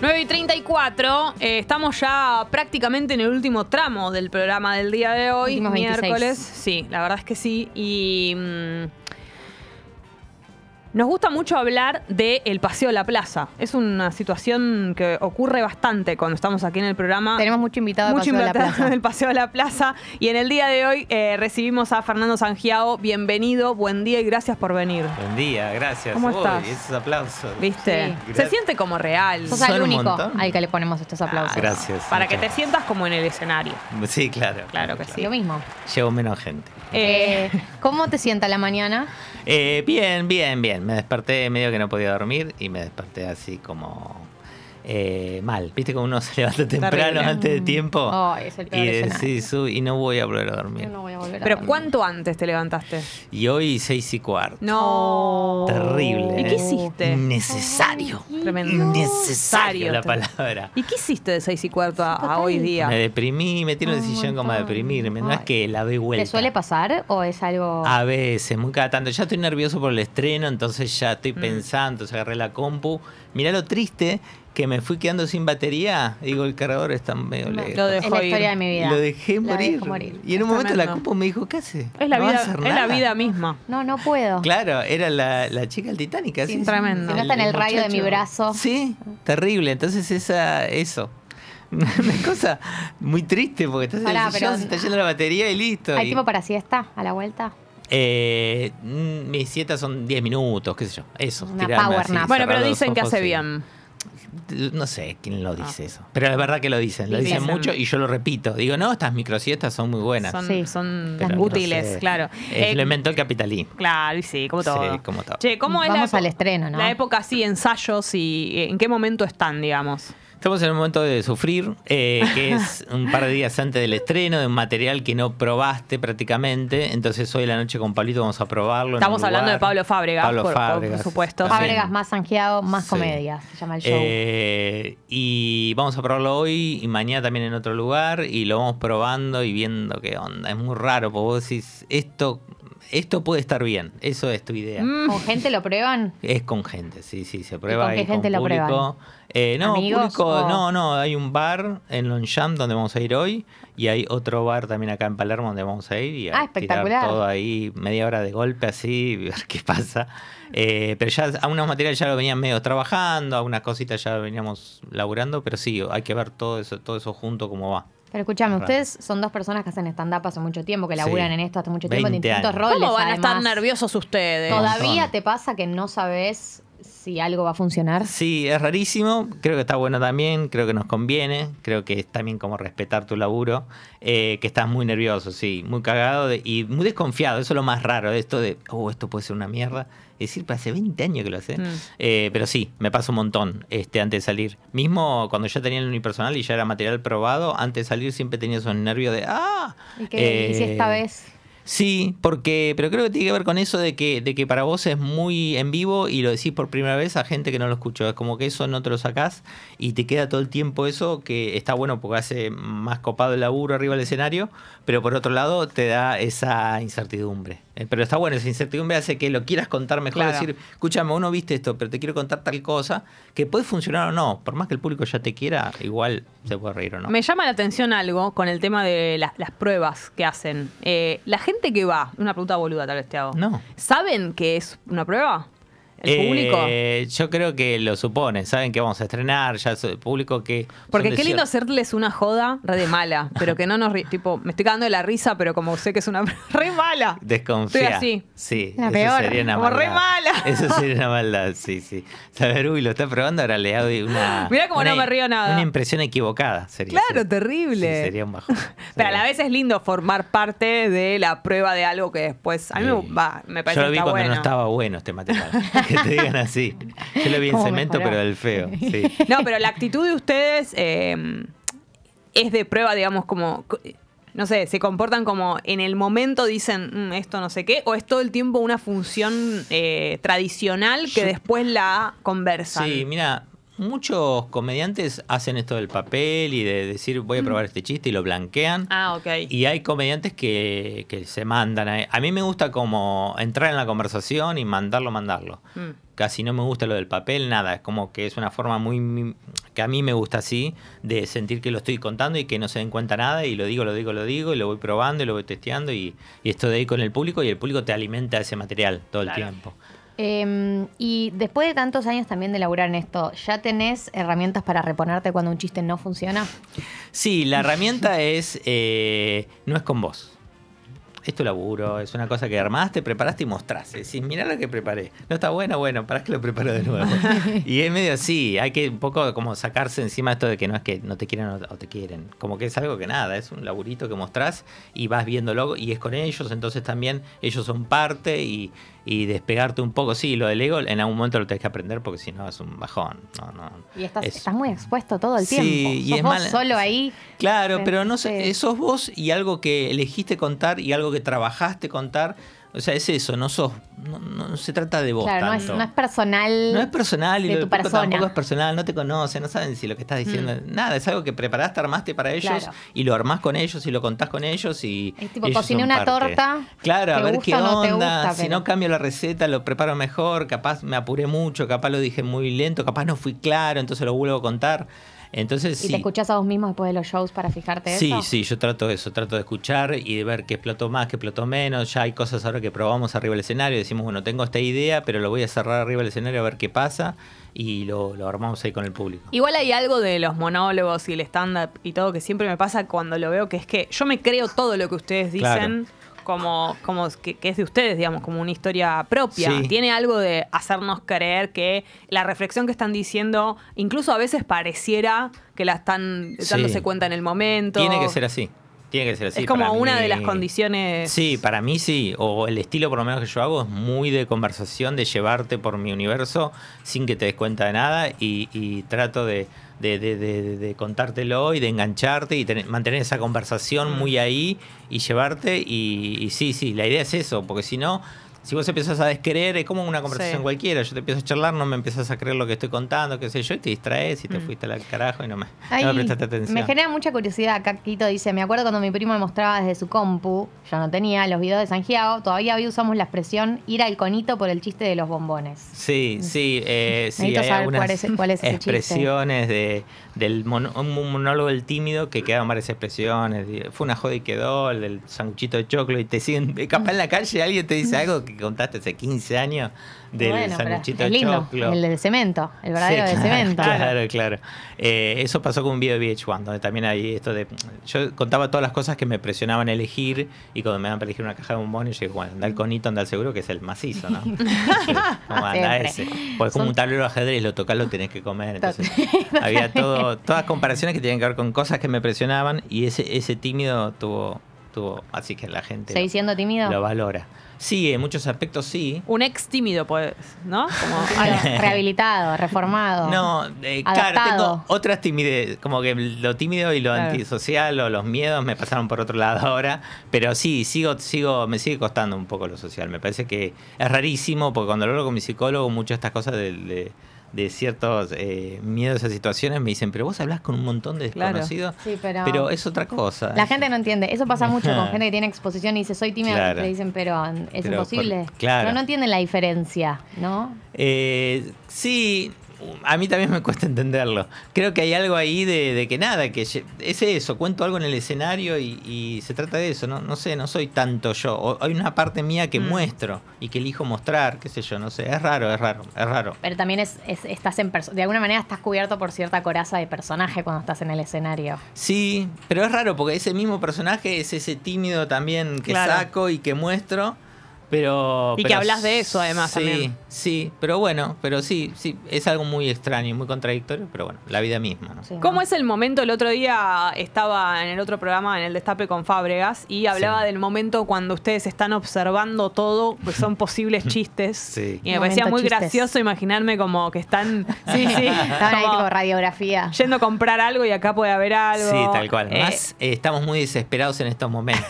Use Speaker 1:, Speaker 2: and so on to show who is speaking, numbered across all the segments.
Speaker 1: 9 y 34, eh, estamos ya prácticamente en el último tramo del programa del día de hoy,
Speaker 2: Últimos 26.
Speaker 1: miércoles. Sí, la verdad es que sí. Y mm, nos gusta mucho hablar del paseo a la plaza. Es una situación que ocurre bastante cuando estamos aquí en el programa.
Speaker 2: Tenemos mucho invitado de
Speaker 1: Ah, Mucho
Speaker 2: Paseo de la
Speaker 1: invitado
Speaker 2: Plaza.
Speaker 1: del Paseo de la Plaza. Y en el día de hoy eh, recibimos a Fernando Sangiao. Bienvenido, buen día y gracias por venir.
Speaker 3: Buen día, gracias.
Speaker 1: ¿Cómo
Speaker 3: Uy,
Speaker 1: estás?
Speaker 3: esos aplausos.
Speaker 1: ¿Viste?
Speaker 3: Sí.
Speaker 1: Se siente como real.
Speaker 2: Sos
Speaker 3: Son
Speaker 2: el
Speaker 3: un
Speaker 2: único
Speaker 3: montón. Ah,
Speaker 2: al que le ponemos estos aplausos.
Speaker 3: Gracias.
Speaker 1: Para que te
Speaker 3: muchas
Speaker 1: sientas como en el escenario.
Speaker 3: gracias. Sí, claro.
Speaker 1: Claro que
Speaker 2: Lo mismo.
Speaker 3: Llevo menos gente.
Speaker 1: Eh,
Speaker 2: Eh, ¿Cómo te sienta la mañana?
Speaker 3: Eh, bien, bien, bien. Me desperté medio que no podía dormir y me desperté así como eh, mal. ¿Viste como uno se levanta temprano
Speaker 1: Terrible. Mm.
Speaker 3: antes de tiempo?
Speaker 2: Ay, Oh, es el peor
Speaker 3: y
Speaker 2: escenario.
Speaker 3: decís, "Uy, y no voy a volver a dormir.
Speaker 2: no voy a volver
Speaker 1: pero ¿cuánto antes te levantaste?
Speaker 3: Y hoy seis y cuarto.
Speaker 1: No.
Speaker 3: Terrible. eh.
Speaker 1: ¿Y qué hiciste?
Speaker 3: Necesario.
Speaker 1: Tremendo.
Speaker 3: Necesario la
Speaker 1: Te-
Speaker 3: palabra.
Speaker 1: ¿Y qué hiciste de seis y cuarto a, a hoy día?
Speaker 3: Me deprimí, me tiro en el sillón como a deprimirme. No es
Speaker 2: Ay.
Speaker 3: que la doy vuelta. Ah,
Speaker 2: ¿Te suele pasar o es algo...?
Speaker 3: A veces, muy cada tanto. Ya estoy nervioso por el estreno, entonces ya estoy
Speaker 1: Mm.
Speaker 3: pensando, entonces agarré la compu. Mirá lo triste que me fui quedando sin batería. Digo, el cargador está medio lejos.
Speaker 1: Lo
Speaker 2: es
Speaker 1: dejó
Speaker 2: la
Speaker 1: ir.
Speaker 2: historia de mi vida.
Speaker 3: Lo dejé
Speaker 2: La
Speaker 3: morir.
Speaker 2: dejo morir.
Speaker 3: Y en un
Speaker 1: Es
Speaker 3: momento
Speaker 1: tremendo.
Speaker 3: la compu me dijo, ¿qué hace?
Speaker 1: Es la
Speaker 3: No va a
Speaker 1: vida,
Speaker 3: hacer
Speaker 1: es la
Speaker 3: nada".
Speaker 1: vida misma.
Speaker 2: No, no puedo.
Speaker 3: Claro, era la, la chica del Titanic. así.
Speaker 1: tremendo.
Speaker 2: Si no está en el radio de mi
Speaker 3: muchacho.
Speaker 2: brazo.
Speaker 3: Sí, terrible. Entonces esa, eso. Una cosa muy triste porque estás en el
Speaker 2: Pará,
Speaker 3: sillón,
Speaker 2: pero-
Speaker 3: se está yendo la batería y listo.
Speaker 2: ¿Hay
Speaker 3: Y-
Speaker 2: tiempo para siesta a la vuelta?
Speaker 3: Eh, mm, mis dietas son 10 minutos, qué sé yo. Eso.
Speaker 2: Una
Speaker 3: tirarme
Speaker 2: power
Speaker 3: así,
Speaker 2: nap.
Speaker 1: Bueno,
Speaker 3: Ah, cerrar
Speaker 1: pero
Speaker 3: los
Speaker 1: dicen que
Speaker 3: ojos
Speaker 1: hace
Speaker 3: y-
Speaker 1: bien.
Speaker 3: No sé quién
Speaker 2: Ah.
Speaker 3: lo dice eso. Pero es verdad que lo dicen. Lo
Speaker 2: Sí,
Speaker 3: dicen
Speaker 1: dicen.
Speaker 3: mucho y yo lo repito. Digo, no, estas microsiestas son muy buenas.
Speaker 1: Son,
Speaker 2: Sí.
Speaker 1: son
Speaker 3: Pero no
Speaker 1: útiles,
Speaker 3: sé.
Speaker 1: claro.
Speaker 3: Eh,
Speaker 1: Eh,
Speaker 3: lo inventó el capitalismo.
Speaker 1: Claro, y sí, como
Speaker 3: Sí,
Speaker 1: todo.
Speaker 3: como todo.
Speaker 1: Che, ¿cómo es la
Speaker 2: Vamos
Speaker 1: época-
Speaker 2: al estreno, ¿no?
Speaker 1: La época así, ensayos y eh, en qué momento están, digamos.
Speaker 3: Estamos en el momento de sufrir, eh, que es un par de días antes del estreno, de un material que no probaste prácticamente. Entonces hoy la noche con Pablito vamos a probarlo. en un
Speaker 1: Estamos hablando de
Speaker 3: lugar.
Speaker 1: Pablo Fábregas,
Speaker 3: Pablo
Speaker 1: por- por- por
Speaker 3: Fábregas,
Speaker 1: supuesto.
Speaker 3: también.
Speaker 2: Fábregas más zanjeado, más
Speaker 3: Sí.
Speaker 2: comedia, se llama el show.
Speaker 3: Eh, y vamos a probarlo hoy y mañana también en otro lugar y lo vamos probando y viendo qué onda. Es muy raro, porque vos decís, esto, esto puede estar bien, eso es tu idea.
Speaker 1: Mm.
Speaker 2: ¿Con gente lo prueban?
Speaker 3: Es con gente, sí, sí, se prueba.
Speaker 2: con qué
Speaker 3: y
Speaker 2: gente lo
Speaker 3: público. Eh, no,
Speaker 2: ¿Amigos
Speaker 3: público,
Speaker 2: o-
Speaker 3: no, no, hay un bar en Longchamp donde vamos a ir hoy y hay otro bar también acá en Palermo donde vamos a ir y a
Speaker 2: Ah, espectacular.
Speaker 3: tirar todo ahí media hora de golpe así, y ver qué pasa. Eh, pero ya algunos materiales ya lo venían medio trabajando, algunas cositas ya lo veníamos laburando, pero sí, hay que ver todo eso, todo eso junto cómo va.
Speaker 2: Pero escúchame,
Speaker 3: Raro.
Speaker 2: ustedes son dos personas que hacen stand-up hace mucho tiempo, que laburan
Speaker 3: Sí.
Speaker 2: en esto hace mucho tiempo, en
Speaker 3: 20
Speaker 2: distintos
Speaker 3: años.
Speaker 2: roles.
Speaker 1: ¿Cómo van a estar
Speaker 2: además.
Speaker 1: nerviosos ustedes?
Speaker 3: Toda-
Speaker 2: ¿Todavía
Speaker 3: Montón.
Speaker 2: te pasa que no sabes si algo va a funcionar?
Speaker 3: Sí, es rarísimo. Creo que está bueno también. Creo que nos conviene. Creo que es también como respetar tu laburo. eh, que estás muy nervioso, sí. Muy cagado de- y muy desconfiado. Eso es lo más raro de esto de, oh, esto puede ser una mierda. Es decir, pero hace 20 años que lo hace.
Speaker 1: Mm.
Speaker 3: Eh, pero sí, me pasa un montón este, antes de salir. Mismo cuando ya tenía el unipersonal y ya era material probado, antes de salir siempre tenía esos nervios de, ah.
Speaker 2: ¿Y, qué, y si esta
Speaker 3: eh,
Speaker 2: vez?
Speaker 3: Sí, porque, pero creo que tiene que ver con eso de que, de que para vos es muy en vivo y lo decís por primera vez a gente que no lo escuchó. Es como que eso no te lo sacás y te queda todo el tiempo eso que está bueno porque hace más copado el laburo arriba del escenario, pero por otro lado te da esa incertidumbre. Eh, Pero está bueno, esa incertidumbre hace que lo quieras contar mejor,
Speaker 1: Claro.
Speaker 3: decir, escúchame, uno viste esto, pero te quiero contar tal cosa, que puede funcionar o no. Por más que el público ya te quiera, igual se puede reír o no.
Speaker 1: Me llama la atención algo con el tema de la- las pruebas que hacen. Eh, la gente que va, una pregunta boluda tal vez te hago.
Speaker 3: No.
Speaker 1: ¿Saben que es una prueba? ¿El público?
Speaker 3: Eh, Yo creo que lo suponen, saben que vamos a estrenar, ya es el público que... son
Speaker 1: Porque
Speaker 3: de
Speaker 1: qué lindo
Speaker 3: cier-
Speaker 1: hacerles una joda re de mala, pero que no nos ri- tipo, me estoy cagando de la risa, pero como sé que es una re mala.
Speaker 3: Desconfía.
Speaker 1: Estoy así.
Speaker 3: Sí,
Speaker 2: La
Speaker 3: eso
Speaker 2: peor,
Speaker 3: sería una
Speaker 1: como re
Speaker 3: maldad.
Speaker 1: mala.
Speaker 3: Eso sería una maldad, sí, sí. Saber, uy, lo está probando, ahora le hago una...
Speaker 1: Mirá cómo
Speaker 3: una-
Speaker 1: no me río nada.
Speaker 3: Una impresión equivocada sería.
Speaker 1: Claro,
Speaker 3: sí.
Speaker 1: terrible.
Speaker 3: Sí, sería un bajón.
Speaker 1: Pero a
Speaker 3: Sí.
Speaker 1: la vez es lindo formar parte de la prueba de algo que después. A mí
Speaker 3: Sí.
Speaker 1: me, va, me parece
Speaker 3: Yo lo
Speaker 1: que
Speaker 3: vi
Speaker 1: está
Speaker 3: cuando
Speaker 1: bueno.
Speaker 3: no estaba bueno este material. que te digan así. Yo lo vi en
Speaker 2: ¿Cómo
Speaker 3: cemento,
Speaker 2: mejoró?
Speaker 3: pero del feo. Sí.
Speaker 1: No, pero la actitud de ustedes eh, es de prueba, digamos, como. No sé, se comportan como en el momento dicen "Mm, esto no sé qué, o es todo el tiempo una función eh, tradicional que
Speaker 3: Yo-
Speaker 1: después la conversan.
Speaker 3: Sí, mira, muchos comediantes hacen esto del papel y de decir voy a probar este chiste y lo blanquean.
Speaker 1: Mm. Ah, ok.
Speaker 3: Y hay comediantes que, que se mandan. A, a mí me gusta como entrar en la conversación y mandarlo, mandarlo.
Speaker 1: Mm.
Speaker 3: Casi no me gusta lo del papel, nada. Es como que es una forma muy mi- que a mí me gusta así, de sentir que lo estoy contando y que no se den cuenta nada y lo digo, lo digo, lo digo y lo voy probando y lo voy testeando y, y esto de ahí con el público y el público te alimenta ese material todo
Speaker 1: Claro.
Speaker 3: el tiempo.
Speaker 2: Eh, y después de tantos años también de laburar en esto, ¿ya tenés herramientas para reponerte cuando un chiste no funciona?
Speaker 3: Sí, la herramienta es, eh, no es con vos. Es tu laburo, es una cosa que armaste, preparaste y mostraste. Decís, mirá lo que preparé. No está bueno, bueno, para que lo preparo de nuevo. y es medio así, hay que un poco como sacarse encima esto de que no es que no te quieran o o te quieren. Como que es algo que nada, es un laburito que mostrás y vas viéndolo y es con ellos, entonces también ellos son parte y, y despegarte un poco. Sí, lo del ego en algún momento lo tenés que aprender porque si no es un bajón. No, no,
Speaker 2: Y estás,
Speaker 3: es-
Speaker 2: estás muy expuesto todo el
Speaker 3: Sí,
Speaker 2: tiempo.
Speaker 3: y
Speaker 2: Sos
Speaker 3: es
Speaker 2: vos
Speaker 3: mal-
Speaker 2: solo ahí.
Speaker 3: Claro, pero no sé,
Speaker 2: Sí.
Speaker 3: eh, sos vos y algo que elegiste contar y algo que trabajaste contar. O sea, es eso, no sos. No, no- no se trata de vos.
Speaker 2: claro, no es,
Speaker 3: tanto.
Speaker 2: no es personal.
Speaker 3: No es personal y
Speaker 2: de
Speaker 3: lo
Speaker 2: tu
Speaker 3: del público
Speaker 2: persona. Mm.
Speaker 3: tampoco es personal, no te conocen, no saben si lo que estás diciendo. Nada, es algo que preparaste, armaste para ellos
Speaker 2: Claro.
Speaker 3: y lo armás con ellos y lo contás con ellos y.
Speaker 2: Es tipo,
Speaker 3: ellos
Speaker 2: cociné
Speaker 3: son
Speaker 2: una
Speaker 3: parte.
Speaker 2: torta,
Speaker 3: Claro, a
Speaker 2: ¿te
Speaker 3: ver
Speaker 2: gusta
Speaker 3: qué
Speaker 2: o no te
Speaker 3: onda.
Speaker 2: gusta?
Speaker 3: si
Speaker 2: Pero-
Speaker 3: no cambio la receta, lo preparo mejor, capaz me apuré mucho, capaz lo dije muy lento, capaz no fui claro, entonces lo vuelvo a contar. Entonces,
Speaker 2: Y
Speaker 3: sí.
Speaker 2: te escuchás a vos mismo después de los shows para fijarte
Speaker 3: Sí,
Speaker 2: eso.
Speaker 3: sí, yo trato de eso, trato de escuchar y de ver qué explotó más, qué explotó menos. Ya hay cosas ahora que probamos arriba del escenario, decimos, bueno, tengo esta idea, pero lo voy a cerrar arriba del escenario a ver qué pasa y lo, lo armamos ahí con el público.
Speaker 1: Igual hay algo de los monólogos y el stand-up y todo que siempre me pasa cuando lo veo, que es que yo me creo todo lo que ustedes dicen como, como que, que es de ustedes, digamos, como una historia propia.
Speaker 3: Sí.
Speaker 1: Tiene algo de hacernos creer que la reflexión que están diciendo, incluso a veces pareciera que la están
Speaker 3: Sí.
Speaker 1: dándose cuenta en el momento.
Speaker 3: Tiene que ser así. Tiene que ser así.
Speaker 1: es como
Speaker 3: para
Speaker 1: una
Speaker 3: mí-
Speaker 1: de las condiciones.
Speaker 3: Sí, para mí sí, o el estilo por lo menos que yo hago es muy de conversación, de llevarte por mi universo sin que te des cuenta de nada y, y trato de, de- de- de- de contártelo y de engancharte y tener- mantener esa
Speaker 2: Mm.
Speaker 3: conversación muy ahí y llevarte y, y sí, sí, la idea es eso, porque si no... Si vos empezás a descreer, es como una conversación
Speaker 1: Sí.
Speaker 3: cualquiera. Yo te empiezo a charlar, no me empezás a creer lo que estoy contando, qué sé yo, y te distraes y te
Speaker 1: Mm.
Speaker 3: fuiste al carajo y no me, no me
Speaker 2: Ay,
Speaker 3: prestaste atención.
Speaker 2: me genera mucha curiosidad. Acá Quito dice, me acuerdo cuando mi primo me mostraba desde su compu, yo no tenía, los videos de Santiago, todavía hoy usamos la expresión ir al conito por el chiste de los bombones.
Speaker 3: Sí, sí, eh, sí,
Speaker 2: Necesito
Speaker 3: hay
Speaker 2: saber cuál
Speaker 3: algunas
Speaker 2: es- cuál es ese chiste.
Speaker 3: expresiones de, del mono- un monólogo del tímido que quedaban varias expresiones. y Fue una joda y quedó, el del sanguchito de choclo y te siguen, capaz en la calle alguien te dice algo que contaste hace 15 años del
Speaker 2: Bueno, pero
Speaker 3: sanguchito
Speaker 2: es
Speaker 3: de
Speaker 2: lindo,
Speaker 3: choclo.
Speaker 2: el de cemento, el verdadero
Speaker 3: Sí,
Speaker 2: de
Speaker 3: claro,
Speaker 2: cemento.
Speaker 3: Claro, claro. Eh, eso pasó con un video de VH1, donde también hay esto de. Yo contaba todas las cosas que me presionaban a elegir, y cuando me dan para elegir una caja de bombones, yo digo, bueno, anda el conito, anda el seguro, que es el macizo, ¿no? Sí, como anda ese.
Speaker 2: Siempre.
Speaker 3: Porque es como
Speaker 2: Son-
Speaker 3: un tablero de ajedrez, lo tocas, lo tenés que comer. Entonces, había todo, todas comparaciones que tenían que ver con cosas que me presionaban, y ese, ese tímido tuvo. tuvo así que la gente
Speaker 2: ¿Seguís siendo
Speaker 3: lo,
Speaker 2: tímido?
Speaker 3: lo valora. Sí, en muchos aspectos sí.
Speaker 1: Un ex tímido, pues, ¿no? Como,
Speaker 2: Tímido, Rehabilitado, reformado.
Speaker 3: No, eh, claro,
Speaker 2: Adaptado.
Speaker 3: tengo otras timidez, como que lo tímido y lo
Speaker 1: Claro.
Speaker 3: antisocial o los miedos me pasaron por otro lado ahora, pero sí, sigo, sigo, me sigue costando un poco lo social. Me parece que es rarísimo, porque cuando lo hablo con mi psicólogo, muchas de estas cosas de, de- de ciertos eh, miedos a situaciones me dicen, pero vos hablás con un montón de
Speaker 1: Claro.
Speaker 3: desconocidos,
Speaker 2: Sí, pero-
Speaker 3: pero... es otra cosa.
Speaker 2: La gente no entiende. Eso pasa mucho con gente que tiene exposición y dice soy tímida.
Speaker 3: Claro.
Speaker 2: Le dicen, pero es
Speaker 3: Pero,
Speaker 2: imposible.
Speaker 3: por- claro.
Speaker 2: Pero no entienden la diferencia, ¿no?
Speaker 3: Eh, sí, a mí también me cuesta entenderlo. Creo que hay algo ahí de, de que nada, que lle- es eso, cuento algo en el escenario y, y se trata de eso, no, no sé, no soy tanto yo. O- hay una parte mía que
Speaker 1: Mm.
Speaker 3: muestro y que elijo mostrar, qué sé yo, no sé, es raro, es raro, es raro.
Speaker 2: Pero también es, es- estás en perso- de alguna manera estás cubierto por cierta coraza de personaje cuando estás en el escenario.
Speaker 3: Sí, pero es raro porque ese mismo personaje es ese tímido también que
Speaker 1: Claro.
Speaker 3: saco y que muestro, pero...
Speaker 1: Y que
Speaker 3: pero
Speaker 1: hablas de eso, además,
Speaker 3: Sí,
Speaker 1: también.
Speaker 3: sí, pero bueno, pero sí, sí, es algo muy extraño y muy contradictorio, pero bueno, la vida misma, ¿no?
Speaker 2: Sí, ¿no?
Speaker 1: ¿Cómo es el momento? El otro día estaba en el otro programa, en el Destape con Fábregas, y hablaba
Speaker 3: Sí.
Speaker 1: del momento cuando ustedes están observando todo, pues son posibles chistes.
Speaker 3: Sí.
Speaker 1: Y me
Speaker 2: Momento
Speaker 1: parecía muy
Speaker 2: chistes.
Speaker 1: gracioso imaginarme como que están. Sí, sí.
Speaker 2: Estaban ahí
Speaker 1: como
Speaker 2: tipo radiografía.
Speaker 1: yendo a comprar algo y acá puede haber algo.
Speaker 3: Sí, tal cual.
Speaker 1: Eh,
Speaker 3: Más eh, estamos muy desesperados en estos momentos.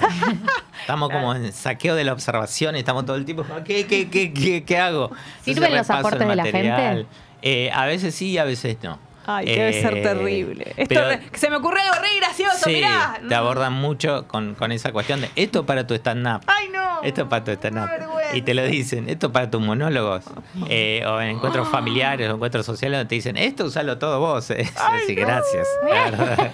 Speaker 3: estamos como en saqueo de la observación, estamos todo el tiempo, ¿qué, qué, qué, qué, qué hago?
Speaker 2: ¿Sirven los
Speaker 3: repaso el
Speaker 2: aportes de la
Speaker 3: material.
Speaker 2: gente?
Speaker 3: Eh, a veces sí y a veces no.
Speaker 1: Ay, debe ser
Speaker 3: Eh,
Speaker 1: terrible. Esto
Speaker 3: pero-
Speaker 1: re- se me ocurre algo re gracioso,
Speaker 3: Sí,
Speaker 1: mirá.
Speaker 3: te abordan mucho con, con esa cuestión de esto para tu stand-up.
Speaker 1: Ay, no.
Speaker 3: Esto es para tu stand-up.
Speaker 1: Ah, Qué vergüenza.
Speaker 3: Y te lo dicen, esto es para tus monólogos. Eh, o en encuentros
Speaker 1: Ah.
Speaker 3: familiares o encuentros sociales donde te dicen, esto usalo todo vos. eh. Así, gracias. La verdad.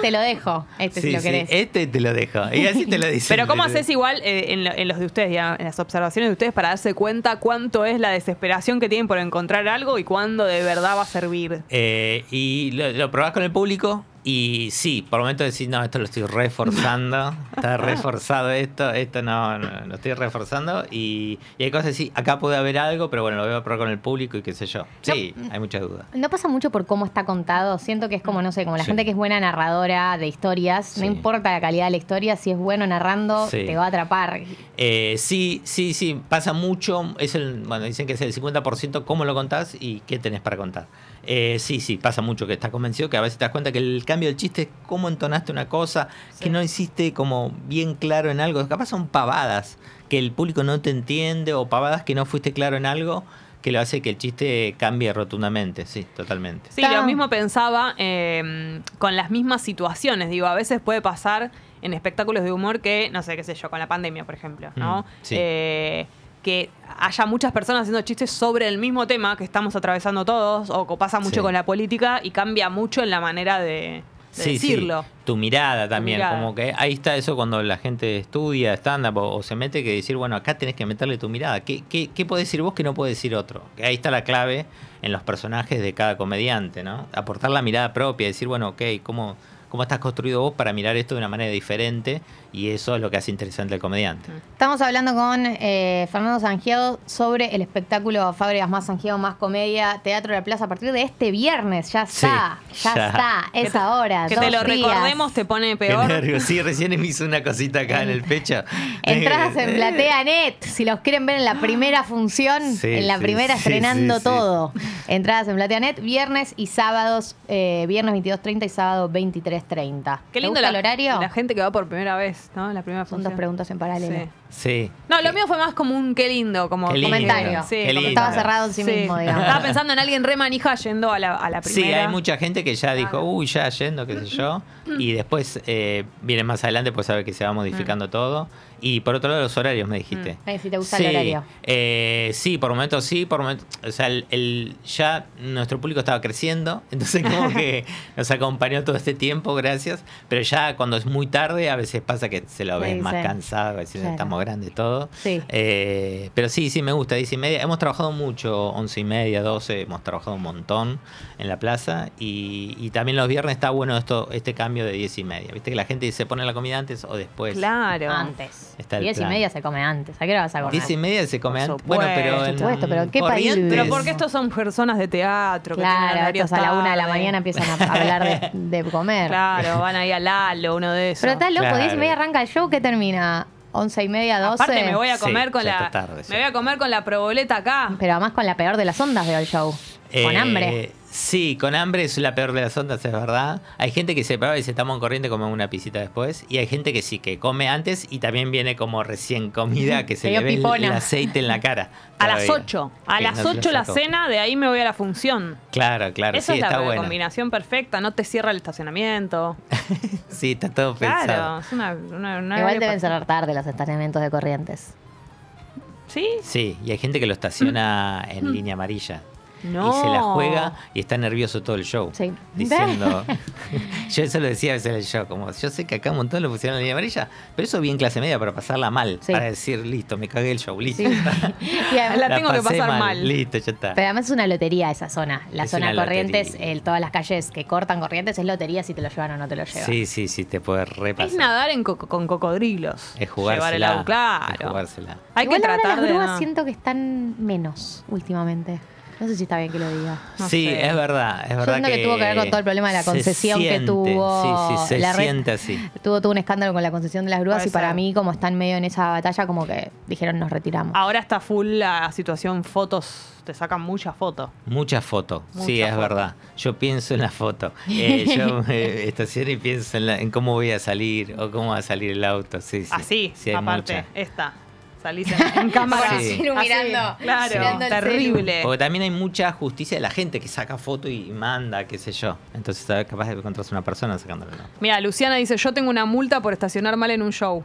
Speaker 2: Te lo dejo, este
Speaker 3: Sí,
Speaker 2: si lo
Speaker 3: sí,
Speaker 2: querés.
Speaker 3: Este te lo dejo. Y así te lo dicen.
Speaker 1: Pero ¿cómo haces igual eh, en, lo- en los de ustedes, ya, en las observaciones de ustedes, para darse cuenta cuánto es la desesperación que tienen por encontrar algo y cuándo de verdad va a servir?
Speaker 3: Eh, y lo, lo probás con el público y sí, por momentos decís, no, esto lo estoy reforzando, está reforzado esto, esto no, no, lo estoy reforzando. Y, y hay cosas así, acá puede haber algo, pero bueno, lo voy a probar con el público y qué sé yo. Sí, hay mucha duda.
Speaker 2: No pasa mucho por cómo está contado. Siento que es como, no sé, como la
Speaker 3: Sí.
Speaker 2: gente que es buena narradora de historias. No
Speaker 3: Sí.
Speaker 2: importa la calidad de la historia, si es bueno narrando,
Speaker 3: Sí.
Speaker 2: te va a atrapar.
Speaker 3: Eh, sí, sí, sí, pasa mucho. Es el, bueno, dicen que es el 50% cómo lo contás y qué tenés para contar. Eh, sí, sí, pasa mucho que estás convencido que a veces te das cuenta que el cambio del chiste es cómo entonaste una cosa, que no hiciste como bien claro en algo. Capaz son pavadas que el público no te entiende o pavadas que no fuiste claro en algo que lo hace que el chiste cambie rotundamente. Sí, totalmente.
Speaker 1: Sí,
Speaker 2: Está-
Speaker 1: lo mismo pensaba eh, con las mismas situaciones. Digo, a veces puede pasar en espectáculos de humor que, no sé, qué sé yo, con la pandemia, por ejemplo, ¿no?
Speaker 3: Mm, sí.
Speaker 1: Eh, que haya muchas personas haciendo chistes sobre el mismo tema que estamos atravesando todos, o que pasa mucho
Speaker 3: Sí.
Speaker 1: con la política y cambia mucho en la manera de, de
Speaker 3: Sí, sí.
Speaker 1: decirlo.
Speaker 3: Tu mirada también,
Speaker 1: mirada.
Speaker 3: como que ahí está eso cuando la gente estudia stand-up o, o se mete, que decir, bueno, acá tenés que meterle tu mirada. ¿Qué, qué, qué podés decir vos que no puede decir otro? Que ahí está la clave en los personajes de cada comediante, ¿no? Aportar la mirada propia, decir, bueno, ok, ¿cómo, cómo estás construido vos para mirar esto de una manera diferente? Y eso es lo que hace interesante al comediante.
Speaker 2: Estamos hablando con eh, Fernando Sangiado sobre el espectáculo Fábricas Más Sangiado, Más Comedia, Teatro de la Plaza a partir de este viernes. Ya
Speaker 3: Sí,
Speaker 2: está, ya,
Speaker 3: ya.
Speaker 2: está, es ahora.
Speaker 1: Que te
Speaker 2: dos
Speaker 1: lo
Speaker 2: días.
Speaker 1: recordemos te pone
Speaker 3: Qué
Speaker 1: peor.
Speaker 3: nervios. Sí, recién me hizo una cosita acá en el pecho.
Speaker 2: Entradas en
Speaker 3: Eh,
Speaker 2: PlateaNet, si los quieren ver en la primera función,
Speaker 3: Sí,
Speaker 2: en la
Speaker 3: sí,
Speaker 2: primera
Speaker 3: sí,
Speaker 2: estrenando
Speaker 3: sí, sí.
Speaker 2: todo. Entradas en PlateaNet, viernes y sábados, eh, viernes 22.30 y sábado
Speaker 1: Qué
Speaker 2: 23.30. ¿Te
Speaker 1: lindo
Speaker 2: gusta
Speaker 1: la,
Speaker 2: el horario?
Speaker 1: la gente que va por primera vez, ¿no? La primera
Speaker 2: Son dos
Speaker 1: función.
Speaker 2: preguntas en paralelo.
Speaker 1: Sí.
Speaker 3: Sí.
Speaker 1: No, lo mío fue más como un qué lindo, como
Speaker 3: Qué lindo.
Speaker 2: Comentario.
Speaker 1: Sí,
Speaker 3: Qué lindo.
Speaker 2: Estaba cerrado en sí, mismo, digamos.
Speaker 1: Estaba pensando en alguien re manija yendo a la, a la
Speaker 3: Sí,
Speaker 1: primera.
Speaker 3: hay mucha gente que ya dijo, uy, ya yendo, qué sé yo. Y después eh, viene más adelante, pues sabe que se va
Speaker 1: Mm.
Speaker 3: modificando todo. Y por otro lado, los horarios, me dijiste.
Speaker 2: Mm. Eh, si te gusta el horario.
Speaker 3: eh, sí, por momentos sí, por momentos. O sea, el, el- ya nuestro público estaba creciendo, entonces como que nos acompañó todo este tiempo, gracias. Pero ya cuando es muy tarde, a veces pasa que se lo
Speaker 2: Sí,
Speaker 3: ves
Speaker 2: sí.
Speaker 3: más cansado, a veces
Speaker 2: Claro.
Speaker 3: estamos grandes todo.
Speaker 2: Sí.
Speaker 3: Eh, pero sí, sí, me gusta, 10 y media. Hemos trabajado mucho, 11 y media, 12, hemos trabajado un montón en la plaza. Y, y también los viernes está bueno esto este cambio de 10 y media. Viste que la gente se pone la comida antes o después.
Speaker 1: Claro.
Speaker 2: Antes.
Speaker 3: Está el
Speaker 2: Diez y
Speaker 3: plan.
Speaker 2: media se come antes. ¿A qué hora vas a comer?
Speaker 3: 10 y media se come
Speaker 1: Por
Speaker 3: antes. Bueno, pero.
Speaker 1: supuesto.
Speaker 3: en
Speaker 2: Por supuesto, pero qué país
Speaker 3: Corrientes-
Speaker 1: Pero
Speaker 2: Es-
Speaker 1: porque estos son personas de teatro. que tienen
Speaker 2: Claro,
Speaker 1: horarios
Speaker 2: estos a la una de la
Speaker 1: tarde.
Speaker 2: mañana empiezan a hablar de, de comer.
Speaker 1: Claro, van ahí a Lalo, uno de esos.
Speaker 2: Pero está loco,
Speaker 3: Claro.
Speaker 2: diez y media arranca el show que termina once y media, doce.
Speaker 1: Aparte me voy a
Speaker 3: Sí,
Speaker 1: comer con
Speaker 3: ya
Speaker 1: la
Speaker 3: está tarde, sí.
Speaker 1: me voy a comer con la proboleta acá.
Speaker 2: Pero además con la peor de las ondas veo el show. Con
Speaker 3: Eh,
Speaker 2: hambre.
Speaker 3: Sí, con hambre es la peor de las ondas, es verdad. Hay gente que se paga y se toma un corriente come una pisita después. Y hay gente que sí, que come antes y también viene como recién comida, que se
Speaker 2: Te
Speaker 3: le
Speaker 2: dio
Speaker 3: ve el,
Speaker 2: pipona.
Speaker 3: el aceite en la cara.
Speaker 1: A las
Speaker 3: todavía.
Speaker 1: 8. A
Speaker 3: Que no
Speaker 1: las
Speaker 3: se lo
Speaker 1: 8 la
Speaker 3: sacó.
Speaker 1: cena, de ahí me voy a la función.
Speaker 3: Claro, claro,
Speaker 1: Esa
Speaker 3: sí,
Speaker 1: es la
Speaker 3: está bueno.
Speaker 1: combinación perfecta, no te cierra el estacionamiento.
Speaker 3: Sí, está todo
Speaker 1: Claro,
Speaker 3: pensado.
Speaker 1: es una, una- una-
Speaker 2: Igual deben cerrar tarde los estacionamientos de corrientes.
Speaker 1: ¿Sí?
Speaker 3: Sí, y hay gente que lo estaciona
Speaker 2: Mm.
Speaker 3: en línea amarilla.
Speaker 1: No.
Speaker 3: Y se la juega y está nervioso todo el show.
Speaker 2: Sí.
Speaker 3: Diciendo. yo eso lo decía a veces en el show. Como yo sé que acá un montón lo pusieron en línea amarilla, pero eso bien clase media para pasarla mal.
Speaker 2: Sí.
Speaker 3: Para decir, listo, me cagué el show, listo.
Speaker 2: Sí. Y además-
Speaker 1: La tengo que
Speaker 3: pasé
Speaker 1: pasar mal.
Speaker 3: Listo, ya está.
Speaker 2: pero además es una lotería esa zona. La
Speaker 3: Es
Speaker 2: zona
Speaker 3: una
Speaker 2: corrientes,
Speaker 3: lotería.
Speaker 2: el- todas las calles que cortan corrientes, es lotería si te lo llevan o no te lo llevan.
Speaker 3: Sí, sí, sí, te puede repasar.
Speaker 1: Es nadar en co- con cocodrilos.
Speaker 3: Es
Speaker 1: Llevar el
Speaker 3: jugársela.
Speaker 1: agua, claro.
Speaker 3: Es jugársela.
Speaker 1: Hay
Speaker 2: Igual
Speaker 1: que
Speaker 2: ahora
Speaker 1: tratar
Speaker 2: las
Speaker 1: de.
Speaker 2: grúas
Speaker 1: no-
Speaker 2: siento que están menos últimamente. No sé si está bien que lo diga.
Speaker 1: No
Speaker 3: sí,
Speaker 1: sé.
Speaker 3: es verdad, es verdad
Speaker 2: siento que tuvo que ver con todo el problema de la
Speaker 3: se
Speaker 2: concesión que
Speaker 3: siente,
Speaker 2: tuvo
Speaker 3: Sí, sí, se
Speaker 2: la red.
Speaker 3: siente así.
Speaker 2: Tuvo, tuvo un escándalo con la concesión de las grúas
Speaker 1: Puede
Speaker 2: y para
Speaker 1: ser.
Speaker 2: mí, como están medio en esa batalla, como que dijeron nos retiramos.
Speaker 3: Ah.
Speaker 1: Ahora está full la situación fotos. Te sacan muchas fotos.
Speaker 3: Mucha foto,
Speaker 1: Mucha
Speaker 3: sí, es
Speaker 1: foto.
Speaker 3: verdad. Yo pienso en la foto. Eh, yo me estaciono y pienso en, la- en cómo voy a salir o cómo va a salir el auto. Sí, sí.
Speaker 1: Así,
Speaker 3: Sí, hay
Speaker 1: aparte,
Speaker 3: mucha.
Speaker 1: esta. Salís en, en cámara.
Speaker 3: Sí.
Speaker 2: Iluminando,
Speaker 1: Así, claro,
Speaker 2: iluminando el
Speaker 1: terrible.
Speaker 3: Porque también hay mucha justicia de la gente que saca foto y manda, qué sé yo. Entonces a ver, capaz de encontrarse una persona sacándolo. ¿no?
Speaker 1: Mira, Luciana dice, yo tengo una multa por estacionar mal en un show.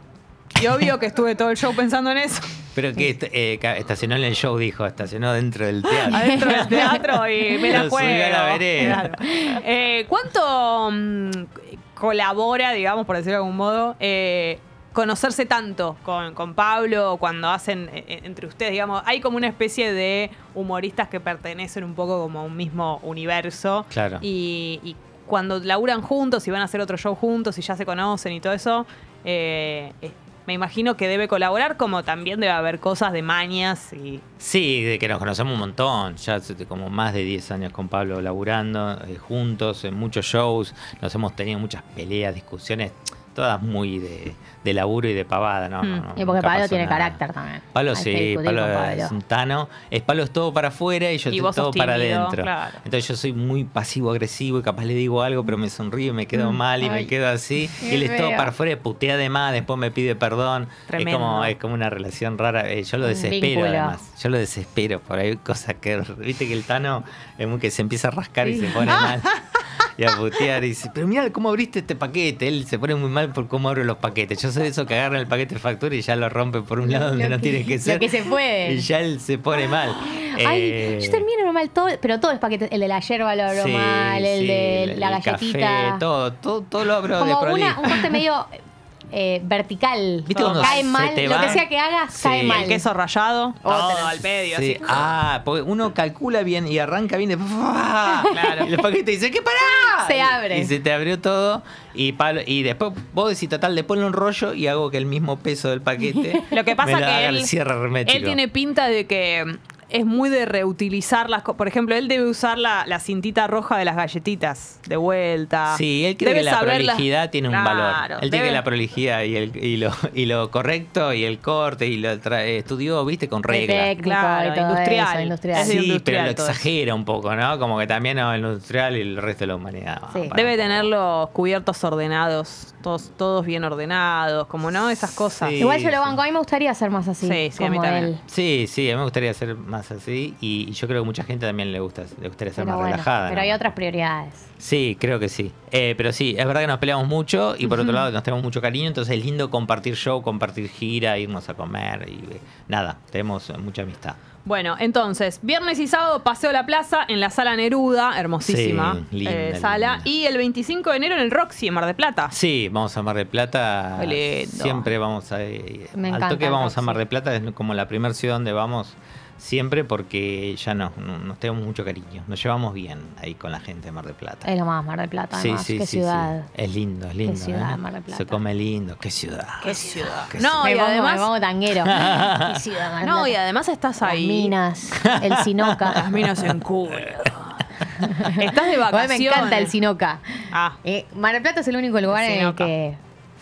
Speaker 1: Y obvio que estuve todo el show pensando en eso.
Speaker 3: Pero que est- eh, ca- estacionó en el show, dijo, estacionó dentro del teatro.
Speaker 1: Adentro del teatro y me la
Speaker 3: Lo subió
Speaker 1: juego.
Speaker 3: a la vereda.
Speaker 1: Claro. Eh, ¿Cuánto mm, colabora, digamos, por decirlo de algún modo, eh, conocerse tanto con, con Pablo cuando hacen eh, entre ustedes? Digamos, hay como una especie de humoristas que pertenecen un poco como a un mismo universo.
Speaker 3: Claro.
Speaker 1: Y, y cuando laburan juntos y van a hacer otro show juntos y ya se conocen y todo eso, eh, eh, me imagino que debe colaborar, como también debe haber cosas de mañas y.
Speaker 3: Sí, de que nos conocemos un montón, ya hace como más de 10 años con Pablo laburando, eh, juntos, en muchos shows, nos hemos tenido muchas peleas, discusiones, todas muy de, de laburo y de pavada, ¿no? no,
Speaker 1: Mm.
Speaker 3: no,
Speaker 2: Y porque
Speaker 3: nunca
Speaker 2: Pablo
Speaker 3: pasó
Speaker 2: tiene
Speaker 3: nada.
Speaker 2: carácter también.
Speaker 3: Pablo
Speaker 2: Hay que
Speaker 3: sí,
Speaker 2: discutir
Speaker 3: Pablo,
Speaker 2: con
Speaker 3: es un tano. Es Pablo es todo para afuera y yo
Speaker 1: Y
Speaker 3: estoy
Speaker 1: vos
Speaker 3: todo
Speaker 1: sos
Speaker 3: para
Speaker 1: tímido,
Speaker 3: adentro.
Speaker 1: claro.
Speaker 3: Entonces yo soy muy pasivo agresivo y capaz le digo algo, pero me sonrío y me quedo mal y
Speaker 2: Mm. ay.
Speaker 3: me quedo así.
Speaker 2: Qué
Speaker 3: Y él es todo
Speaker 2: feo.
Speaker 3: para afuera, putea de más, después me pide perdón.
Speaker 1: Tremendo.
Speaker 3: Es como es como una relación rara. Eh, yo lo
Speaker 2: Un
Speaker 3: desespero
Speaker 2: vínculo.
Speaker 3: además. Yo lo desespero por ahí cosas que viste que el tano es muy que se empieza a rascar y se pone mal. Y a putear y dice, pero mira cómo abriste este paquete. Él se pone muy mal por cómo abro los paquetes. Yo soy de esos que agarran el paquete de factura y ya lo rompe por un lado donde
Speaker 2: Lo
Speaker 3: no
Speaker 2: que-
Speaker 3: tiene que
Speaker 2: lo
Speaker 3: ser.
Speaker 2: que se puede.
Speaker 3: Y ya él se pone mal.
Speaker 2: Ay,
Speaker 3: Eh,
Speaker 2: yo termino normal todo, pero todo es paquete. El de la yerba lo abro
Speaker 3: sí,
Speaker 2: mal, el
Speaker 3: sí,
Speaker 2: de
Speaker 3: el
Speaker 2: la galletita.
Speaker 3: Café, todo, todo, todo lo abro de
Speaker 2: Como
Speaker 3: prolijo.
Speaker 2: una, un corte medio eh, vertical.
Speaker 3: ¿Viste cuando
Speaker 2: cae
Speaker 3: se
Speaker 2: mal,
Speaker 3: te
Speaker 2: lo que
Speaker 3: va?
Speaker 2: sea que hagas
Speaker 3: Sí,
Speaker 2: cae
Speaker 3: el
Speaker 1: El
Speaker 2: mal.
Speaker 1: queso rayado, todo al medio,
Speaker 3: Sí.
Speaker 1: así.
Speaker 3: Ah, porque uno calcula bien y arranca bien. después, ¡fua!
Speaker 1: Claro.
Speaker 3: Y el paquete dice, ¿qué pará?
Speaker 2: Se abre.
Speaker 3: Y se te abrió todo. Y, Pablo- y después vos decís, total, le ponle un rollo y hago que el mismo peso del paquete.
Speaker 1: Lo que pasa
Speaker 3: me lo haga
Speaker 1: que
Speaker 3: el
Speaker 1: él,
Speaker 3: cierre hermético.
Speaker 1: él tiene pinta de que mm, es muy de reutilizar las cosas. Por ejemplo, él debe usar la, la cintita roja de las galletitas de vuelta.
Speaker 3: Sí, él cree
Speaker 1: Debe
Speaker 3: que la
Speaker 1: saber las-
Speaker 3: prolijidad tiene un
Speaker 1: Claro,
Speaker 3: valor. Él tiene
Speaker 1: debe-
Speaker 3: que la prolijidad y, el, y, lo, y lo correcto y el corte y lo tra- estudió, viste, con reglas.
Speaker 2: Técnico
Speaker 1: Claro,
Speaker 2: y todo
Speaker 1: industrial.
Speaker 2: eso, industrial.
Speaker 1: Es de
Speaker 3: Sí, pero
Speaker 1: industrial
Speaker 3: lo
Speaker 1: todo eso.
Speaker 3: exagera un poco, ¿no? Como que también no, el industrial y el resto de la humanidad.
Speaker 2: Sí.
Speaker 3: Bueno,
Speaker 1: Debe
Speaker 3: para-
Speaker 1: tener los cubiertos ordenados, todos, todos bien ordenados, como no, esas cosas.
Speaker 3: Sí.
Speaker 2: Igual yo lo banco, a mí me gustaría ser más así.
Speaker 1: Sí, sí, a mí
Speaker 2: como
Speaker 1: también.
Speaker 2: él.
Speaker 3: Sí, sí, a mí me gustaría hacer más así y, y yo creo que mucha gente también le gusta, le gustaría ser
Speaker 2: Pero
Speaker 3: más
Speaker 2: bueno,
Speaker 3: relajada.
Speaker 2: pero
Speaker 3: ¿no?
Speaker 2: hay otras prioridades.
Speaker 3: Sí, creo que sí. Eh, pero sí, es verdad que nos peleamos mucho y por otro lado nos tenemos mucho cariño, entonces es lindo compartir show, compartir gira, irnos a comer y eh, nada, tenemos eh, mucha amistad.
Speaker 1: Bueno, entonces, viernes y sábado paseo a la plaza en la sala Neruda, hermosísima
Speaker 3: Sí, linda,
Speaker 1: eh, sala.
Speaker 3: linda.
Speaker 1: Y el 25 de enero en el Roxy, en Mar de Plata.
Speaker 3: Sí, vamos a Mar del Plata.
Speaker 1: Qué lindo.
Speaker 3: Siempre vamos a. eh,
Speaker 2: Me
Speaker 3: al
Speaker 2: encanta
Speaker 3: toque
Speaker 2: el
Speaker 3: vamos a
Speaker 2: Roxy.
Speaker 3: Mar del Plata, es como la primera ciudad donde vamos siempre porque ya no, no- nos tenemos mucho cariño. Nos llevamos bien ahí con la gente de Mar del Plata.
Speaker 2: Es lo más, Mar del Plata. además. Qué ciudad.
Speaker 3: Es lindo, es lindo.
Speaker 2: ciudad,
Speaker 3: ¿eh?
Speaker 2: Mar del Plata.
Speaker 3: Se come lindo, qué ciudad.
Speaker 1: Qué ciudad.
Speaker 3: qué
Speaker 1: No,
Speaker 2: Me
Speaker 1: y
Speaker 2: pongo-
Speaker 1: además,
Speaker 2: me pongo tanguero. Qué ciudad, Mar del
Speaker 1: no,
Speaker 2: Plata.
Speaker 1: y además estás
Speaker 2: Las
Speaker 1: ahí.
Speaker 2: minas, el Sinoca.
Speaker 1: Las minas en culo. Estás de
Speaker 2: Igual
Speaker 1: vacaciones.
Speaker 2: me encanta el Sinoca.
Speaker 1: Ah.
Speaker 2: Eh, Mar del Plata es el único lugar
Speaker 1: El
Speaker 2: en el
Speaker 1: Sinoca.
Speaker 2: que.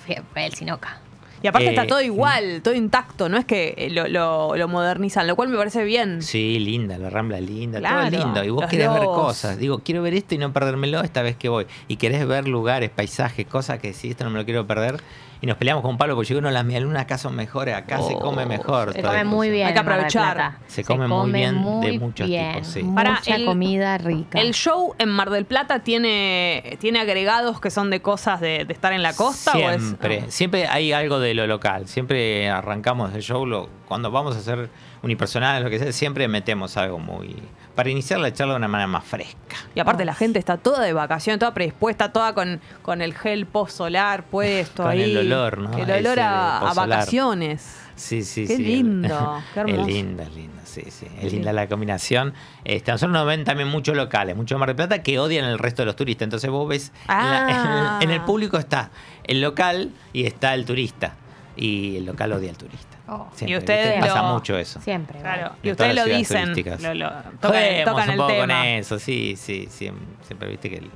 Speaker 2: fui a- El Sinoca.
Speaker 1: Y aparte
Speaker 3: Eh,
Speaker 1: está todo igual, todo intacto, no es que eh, lo, lo- lo modernizan, lo cual me parece bien.
Speaker 3: Sí, linda, la rambla es linda, todo es
Speaker 1: Claro,
Speaker 3: lindo. Y vos
Speaker 1: los
Speaker 3: querés ver
Speaker 1: lobos.
Speaker 3: cosas. Digo, quiero ver esto y no perdérmelo esta vez que voy. Y querés ver lugares, paisajes, cosas que decís, esto no me lo quiero perder. Y nos peleamos con Pablo porque yo digo, no, las medialunas acá son mejores, acá se come mejor.
Speaker 2: Oh, Se
Speaker 3: toda
Speaker 2: come
Speaker 3: la
Speaker 2: muy
Speaker 3: cosa.
Speaker 2: bien.
Speaker 1: Hay que
Speaker 2: en Mar del
Speaker 1: aprovechar.
Speaker 2: Plata.
Speaker 3: Se come muy bien de muchos tipos, sí.
Speaker 1: Pará,
Speaker 2: Mucha
Speaker 1: el-
Speaker 2: comida rica.
Speaker 1: El show en Mar del Plata tiene, tiene agregados que son de cosas de, de estar en la costa
Speaker 3: Siempre,
Speaker 1: o es.
Speaker 3: siempre hay algo de lo local. Siempre arrancamos el show, lo- cuando vamos a hacer unipersonales, lo que sea, siempre metemos algo muy... Para iniciar la charla de una manera más fresca.
Speaker 1: Y aparte la gente está toda de vacaciones, toda predispuesta, toda con, con el gel post solar puesto
Speaker 3: Con
Speaker 1: ahí.
Speaker 3: el olor, ¿no?
Speaker 1: El
Speaker 3: Ese
Speaker 1: olor a,
Speaker 3: de
Speaker 1: a
Speaker 3: post-solar.
Speaker 1: vacaciones.
Speaker 3: Sí, sí,
Speaker 1: Qué
Speaker 3: sí.
Speaker 1: lindo, qué hermoso.
Speaker 3: Es linda, es linda, sí, sí. Es linda la combinación. Este, nosotros nos ven también muchos locales, muchos de Mar del Plata que odian el resto de los turistas. Entonces vos ves, en la-
Speaker 1: Ah.
Speaker 3: en, el, en el público está el local y está el turista. Y el local odia al turista.
Speaker 2: Oh.
Speaker 1: Y ustedes
Speaker 3: ¿viste? pasa
Speaker 1: lo-
Speaker 3: mucho eso.
Speaker 2: Siempre.
Speaker 1: Claro.
Speaker 2: igual.
Speaker 1: Y
Speaker 3: En
Speaker 1: ustedes
Speaker 3: todas
Speaker 1: lo
Speaker 3: las ciudades
Speaker 1: dicen.
Speaker 3: turísticas.
Speaker 1: lo- lo- tocan-
Speaker 3: Jodemos
Speaker 1: tocan
Speaker 3: un
Speaker 1: el
Speaker 3: poco con
Speaker 1: tema.
Speaker 3: eso, sí, sí, sí. Siempre viste que, el-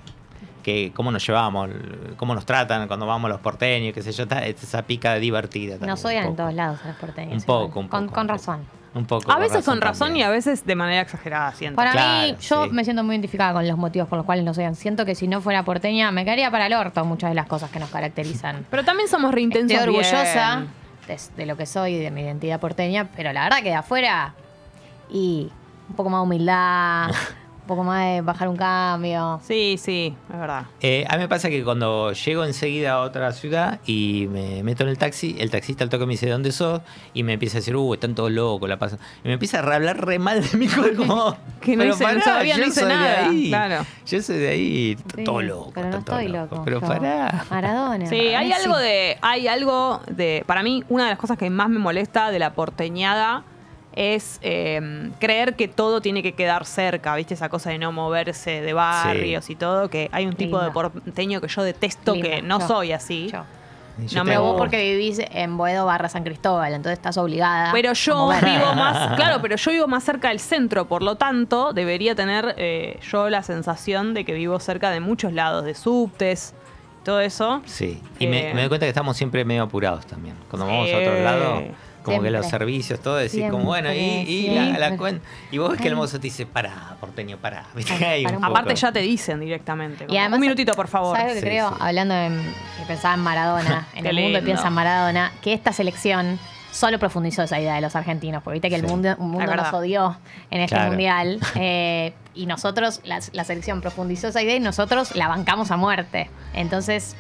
Speaker 3: que cómo nos llevamos, el- cómo nos tratan cuando vamos los porteños, qué sé yo, está- esa pica divertida. también,
Speaker 2: Nos
Speaker 3: un
Speaker 2: odian en
Speaker 3: poco.
Speaker 2: todos lados los porteños.
Speaker 3: Un
Speaker 2: igual.
Speaker 3: poco,
Speaker 2: Con,
Speaker 3: un poco,
Speaker 2: con
Speaker 3: un poco.
Speaker 2: razón.
Speaker 3: Un poco.
Speaker 1: A veces con razón y
Speaker 3: también.
Speaker 1: a veces de manera exagerada, siento.
Speaker 2: Para mí,
Speaker 3: Claro,
Speaker 2: yo
Speaker 3: sí.
Speaker 2: me siento muy identificada con los motivos por los cuales nos odian. Siento que si no fuera porteña, me caería para el orto muchas de las cosas que nos caracterizan.
Speaker 1: Pero también somos reintensos.
Speaker 2: Estoy orgullosa.
Speaker 1: bien.
Speaker 2: es de lo que soy, de mi identidad porteña, pero la verdad que de afuera y un poco más de humildad, un poco más de bajar un cambio.
Speaker 1: Sí, sí, es verdad.
Speaker 3: Eh, a mí me pasa que cuando llego enseguida a otra ciudad y me meto en el taxi, el taxista al toque me dice, ¿dónde sos? Y me empieza a decir, uh, están todos locos, la pasan. Y me empieza a hablar re mal de mi como...
Speaker 1: Que no
Speaker 3: "Pero
Speaker 1: hice- todavía no
Speaker 3: yo
Speaker 1: hice
Speaker 3: soy de
Speaker 1: nada".
Speaker 3: ahí.
Speaker 1: Claro.
Speaker 3: Yo soy de ahí,
Speaker 2: Sí,
Speaker 3: todo loco.
Speaker 2: Pero no
Speaker 3: están todos
Speaker 2: estoy
Speaker 3: locos.
Speaker 2: loco.
Speaker 3: Pero
Speaker 2: yo.
Speaker 3: pará.
Speaker 2: Maradona.
Speaker 1: Sí, hay
Speaker 2: Messi.
Speaker 1: algo de. Hay algo de. Para mí, una de las cosas que más me molesta de la porteñada es eh, creer que todo tiene que quedar cerca, ¿viste? Esa cosa de no moverse de barrios y todo, que hay un tipo de
Speaker 2: Linda.
Speaker 1: porteño que yo detesto,
Speaker 2: Linda,
Speaker 1: que no
Speaker 2: yo,
Speaker 1: soy así.
Speaker 2: yo.
Speaker 3: Yo
Speaker 1: No me
Speaker 2: Pero
Speaker 3: tengo-
Speaker 2: vos porque vivís en Boedo barra San Cristóbal, entonces estás obligada.
Speaker 1: Pero
Speaker 2: a
Speaker 1: yo
Speaker 2: moverte.
Speaker 1: vivo más, claro, pero yo vivo más cerca del centro, por lo tanto, debería tener eh, yo la sensación de que vivo cerca de muchos lados, de subtes, todo eso.
Speaker 3: Sí, y
Speaker 1: Eh.
Speaker 3: me, me doy cuenta que estamos siempre medio apurados también. Cuando vamos a otro
Speaker 1: Sí.
Speaker 3: lado, como que
Speaker 2: Siempre.
Speaker 3: los servicios, todo, decís como, bueno, y,
Speaker 2: Siempre,
Speaker 3: y la, la
Speaker 2: siempre.
Speaker 3: cuen- Y vos ves que el
Speaker 2: Ay.
Speaker 3: mozo te dice, pará, porteño, pará. ¿viste?
Speaker 2: Para,
Speaker 3: Hay un
Speaker 2: para un
Speaker 3: poco.
Speaker 1: Aparte ya te dicen directamente. como, un minutito, por favor.
Speaker 2: ¿Sabes lo que
Speaker 3: Sí,
Speaker 2: creo?
Speaker 3: sí.
Speaker 2: Hablando en, que pensaba en Maradona, en
Speaker 1: Qué
Speaker 2: el mundo
Speaker 1: lindo.
Speaker 2: y piensa en Maradona, que esta selección solo profundizó esa idea de los argentinos, porque viste que el
Speaker 3: Sí.
Speaker 2: mundo, un
Speaker 1: Es
Speaker 2: mundo
Speaker 1: verdad.
Speaker 2: nos odió en este
Speaker 3: Claro.
Speaker 2: mundial. eh, y nosotros, la, la selección profundizó esa idea y nosotros la bancamos a muerte. Entonces,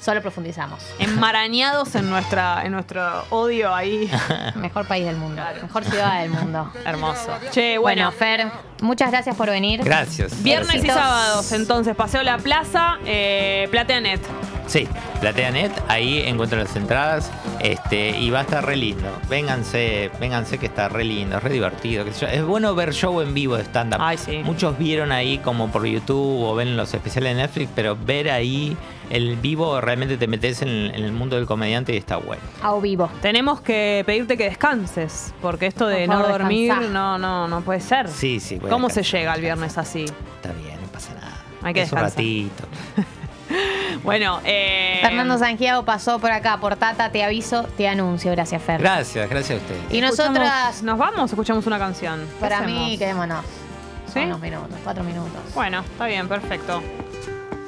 Speaker 2: solo profundizamos.
Speaker 1: Enmarañados en, nuestra, en nuestro odio ahí.
Speaker 2: Mejor país del mundo,
Speaker 1: Claro.
Speaker 2: mejor ciudad del mundo.
Speaker 1: Hermoso. Che,
Speaker 2: Bueno,
Speaker 1: bueno.
Speaker 2: Fer, muchas gracias por venir.
Speaker 3: Gracias.
Speaker 1: Viernes y
Speaker 2: Besitos.
Speaker 1: sábados, entonces, paseo la plaza, eh, Plateanet.
Speaker 3: Sí, PlateaNet, ahí encuentran las entradas este, y va a estar re lindo. Vénganse, vénganse que está re lindo, es re divertido. qué sé yo. Es bueno ver show en vivo de stand-up.
Speaker 1: Ay, sí.
Speaker 3: Muchos vieron ahí como por YouTube o ven los especiales de Netflix, pero ver ahí el vivo realmente te metes en, en el mundo del comediante y está bueno.
Speaker 2: A vivo.
Speaker 1: Tenemos que pedirte que descanses, porque esto de
Speaker 2: Por
Speaker 1: no
Speaker 2: favor,
Speaker 1: dormir
Speaker 2: descansá.
Speaker 1: no, no, no puede ser.
Speaker 3: Sí, sí. voy a
Speaker 1: ¿Cómo se
Speaker 3: descansar,
Speaker 1: llega el
Speaker 3: descansar.
Speaker 1: viernes así?
Speaker 3: Está bien, no pasa nada.
Speaker 1: Hay que
Speaker 3: es un
Speaker 1: descansar.
Speaker 3: ratito.
Speaker 1: Bueno, eh,
Speaker 2: Fernando Sangiago pasó por acá, por Tata, te aviso, te anuncio. Gracias, Fer.
Speaker 3: Gracias, gracias a ustedes.
Speaker 2: Y
Speaker 1: escuchamos-
Speaker 2: nosotras,
Speaker 1: ¿Nos vamos o escuchamos una canción? ¿Qué
Speaker 2: para mí,
Speaker 1: hacemos?
Speaker 2: quedémonos.
Speaker 1: ¿Sí?
Speaker 2: Unos minutos, cuatro minutos.
Speaker 1: Bueno, está bien, perfecto.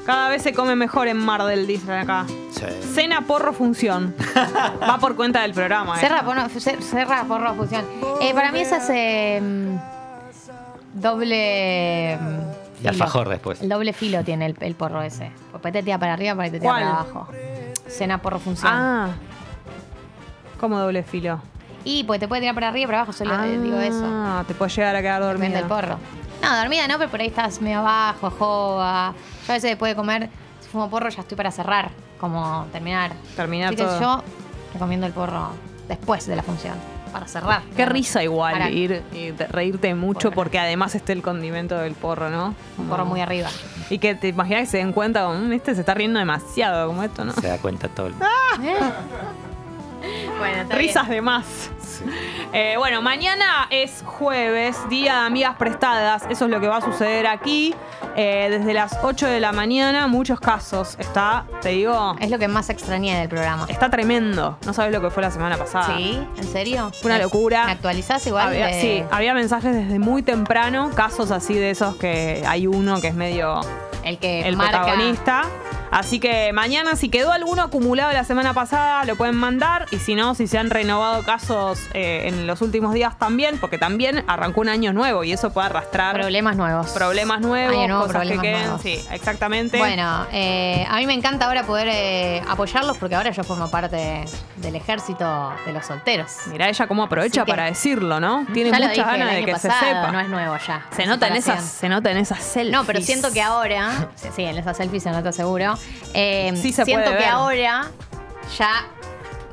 Speaker 1: Cada vez se come mejor en Mar del dicen acá.
Speaker 3: Sí.
Speaker 1: Cena porro función. Va por cuenta del programa. eh.
Speaker 2: Cerra, porno, cer- cerra porro fusión. Eh, para mí esas eh, mm, doble. mm,
Speaker 3: Y alfajor después.
Speaker 2: El doble filo tiene el, el porro ese. Porque te tira para arriba, para te tira
Speaker 1: ¿Cuál?
Speaker 2: para abajo. Cena porro función.
Speaker 1: Ah. Como doble filo.
Speaker 2: Y pues te puede tirar para arriba, para abajo, solo eh, digo eso.
Speaker 1: Ah, te puedes llegar a quedar
Speaker 2: Depende
Speaker 1: dormido.
Speaker 2: del porro. No, dormida no, pero por ahí estás medio abajo, jova. Yo a veces después de comer, si fumo porro, ya estoy para cerrar, como terminar.
Speaker 1: Terminar
Speaker 2: Así que
Speaker 1: todo.
Speaker 2: yo recomiendo el porro después de la función, para cerrar.
Speaker 1: Qué risa igual
Speaker 2: Para-
Speaker 1: ir y te- reírte mucho
Speaker 2: Bueno.
Speaker 1: porque además está el condimento del porro, ¿no?
Speaker 2: Un porro muy arriba.
Speaker 1: Y que te imaginas que se den cuenta, como, "Mm, este se está riendo demasiado, como esto, ¿no? Ah.
Speaker 3: Se da cuenta todo el
Speaker 2: Bueno, está bien.
Speaker 1: Risas de más. Eh, bueno, mañana es jueves, día de amigas prestadas. Eso es lo que va a suceder aquí. Eh, desde las 8 de la mañana, muchos casos. Está, te digo,
Speaker 2: Es lo que más extrañé del programa.
Speaker 1: está tremendo. No sabes lo que fue la semana pasada.
Speaker 2: ¿Sí? ¿En serio?
Speaker 1: Fue Ah. una
Speaker 2: ¿Me-
Speaker 1: locura.
Speaker 2: ¿Me actualizás igual?
Speaker 1: Había,
Speaker 2: de-
Speaker 1: Sí, había mensajes desde muy temprano, casos así de esos que hay uno que es medio
Speaker 2: El que
Speaker 1: el
Speaker 2: Eh, marca.
Speaker 1: protagonista. Así que mañana, si quedó alguno acumulado la semana pasada, lo pueden mandar. Y si no, si se han renovado casos eh, en los últimos días también, porque también arrancó un año nuevo y eso puede arrastrar
Speaker 2: Problemas nuevos.
Speaker 1: problemas nuevos,
Speaker 2: Año nuevo,
Speaker 1: cosas
Speaker 2: problemas
Speaker 1: que queden.
Speaker 2: nuevos.
Speaker 1: Sí, exactamente.
Speaker 2: Bueno, eh, a mí me encanta ahora poder eh, apoyarlos porque ahora yo formo parte del ejército de los solteros.
Speaker 1: Mirá ella cómo aprovecha
Speaker 2: Así que-
Speaker 1: para decirlo, ¿no? Tiene
Speaker 2: Ya lo
Speaker 1: muchas
Speaker 2: dije el
Speaker 1: ganas de
Speaker 2: año
Speaker 1: que se
Speaker 2: pasado,
Speaker 1: sepa.
Speaker 2: No es nuevo ya.
Speaker 1: se
Speaker 2: la
Speaker 1: nota en
Speaker 2: separación.
Speaker 1: esas, se nota en esas selfies.
Speaker 2: No, pero siento que ahora, sí, sí, en esas selfies se nota seguro, eh,
Speaker 1: Sí se
Speaker 2: siento
Speaker 1: puede
Speaker 2: que
Speaker 1: ver.
Speaker 2: ahora ya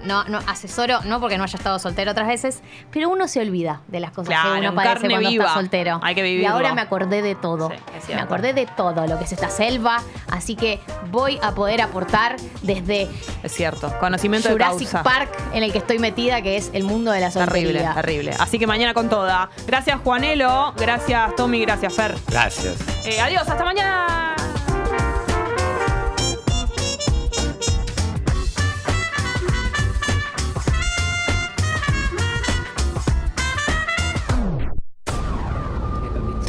Speaker 2: no, no asesoro, no porque no haya estado soltero otras veces, pero uno se olvida de las cosas
Speaker 1: Claro,
Speaker 2: que uno
Speaker 1: en
Speaker 2: padece
Speaker 1: carne
Speaker 2: cuando
Speaker 1: viva.
Speaker 2: está soltero.
Speaker 1: Hay que
Speaker 2: Y
Speaker 1: vivirlo.
Speaker 2: ahora me acordé de todo.
Speaker 1: Sí, es
Speaker 2: me
Speaker 1: cierto.
Speaker 2: acordé de todo lo que es esta selva, así que voy a poder aportar desde
Speaker 1: Es cierto. Conocimiento de
Speaker 2: Jurassic
Speaker 1: causa.
Speaker 2: Park en el que estoy metida, que es el mundo de la soltería.
Speaker 1: Terrible, terrible. Así que mañana con toda. Gracias, Juanelo. Gracias, Tommy. Gracias, Fer.
Speaker 3: Gracias.
Speaker 1: Eh, adiós, hasta mañana.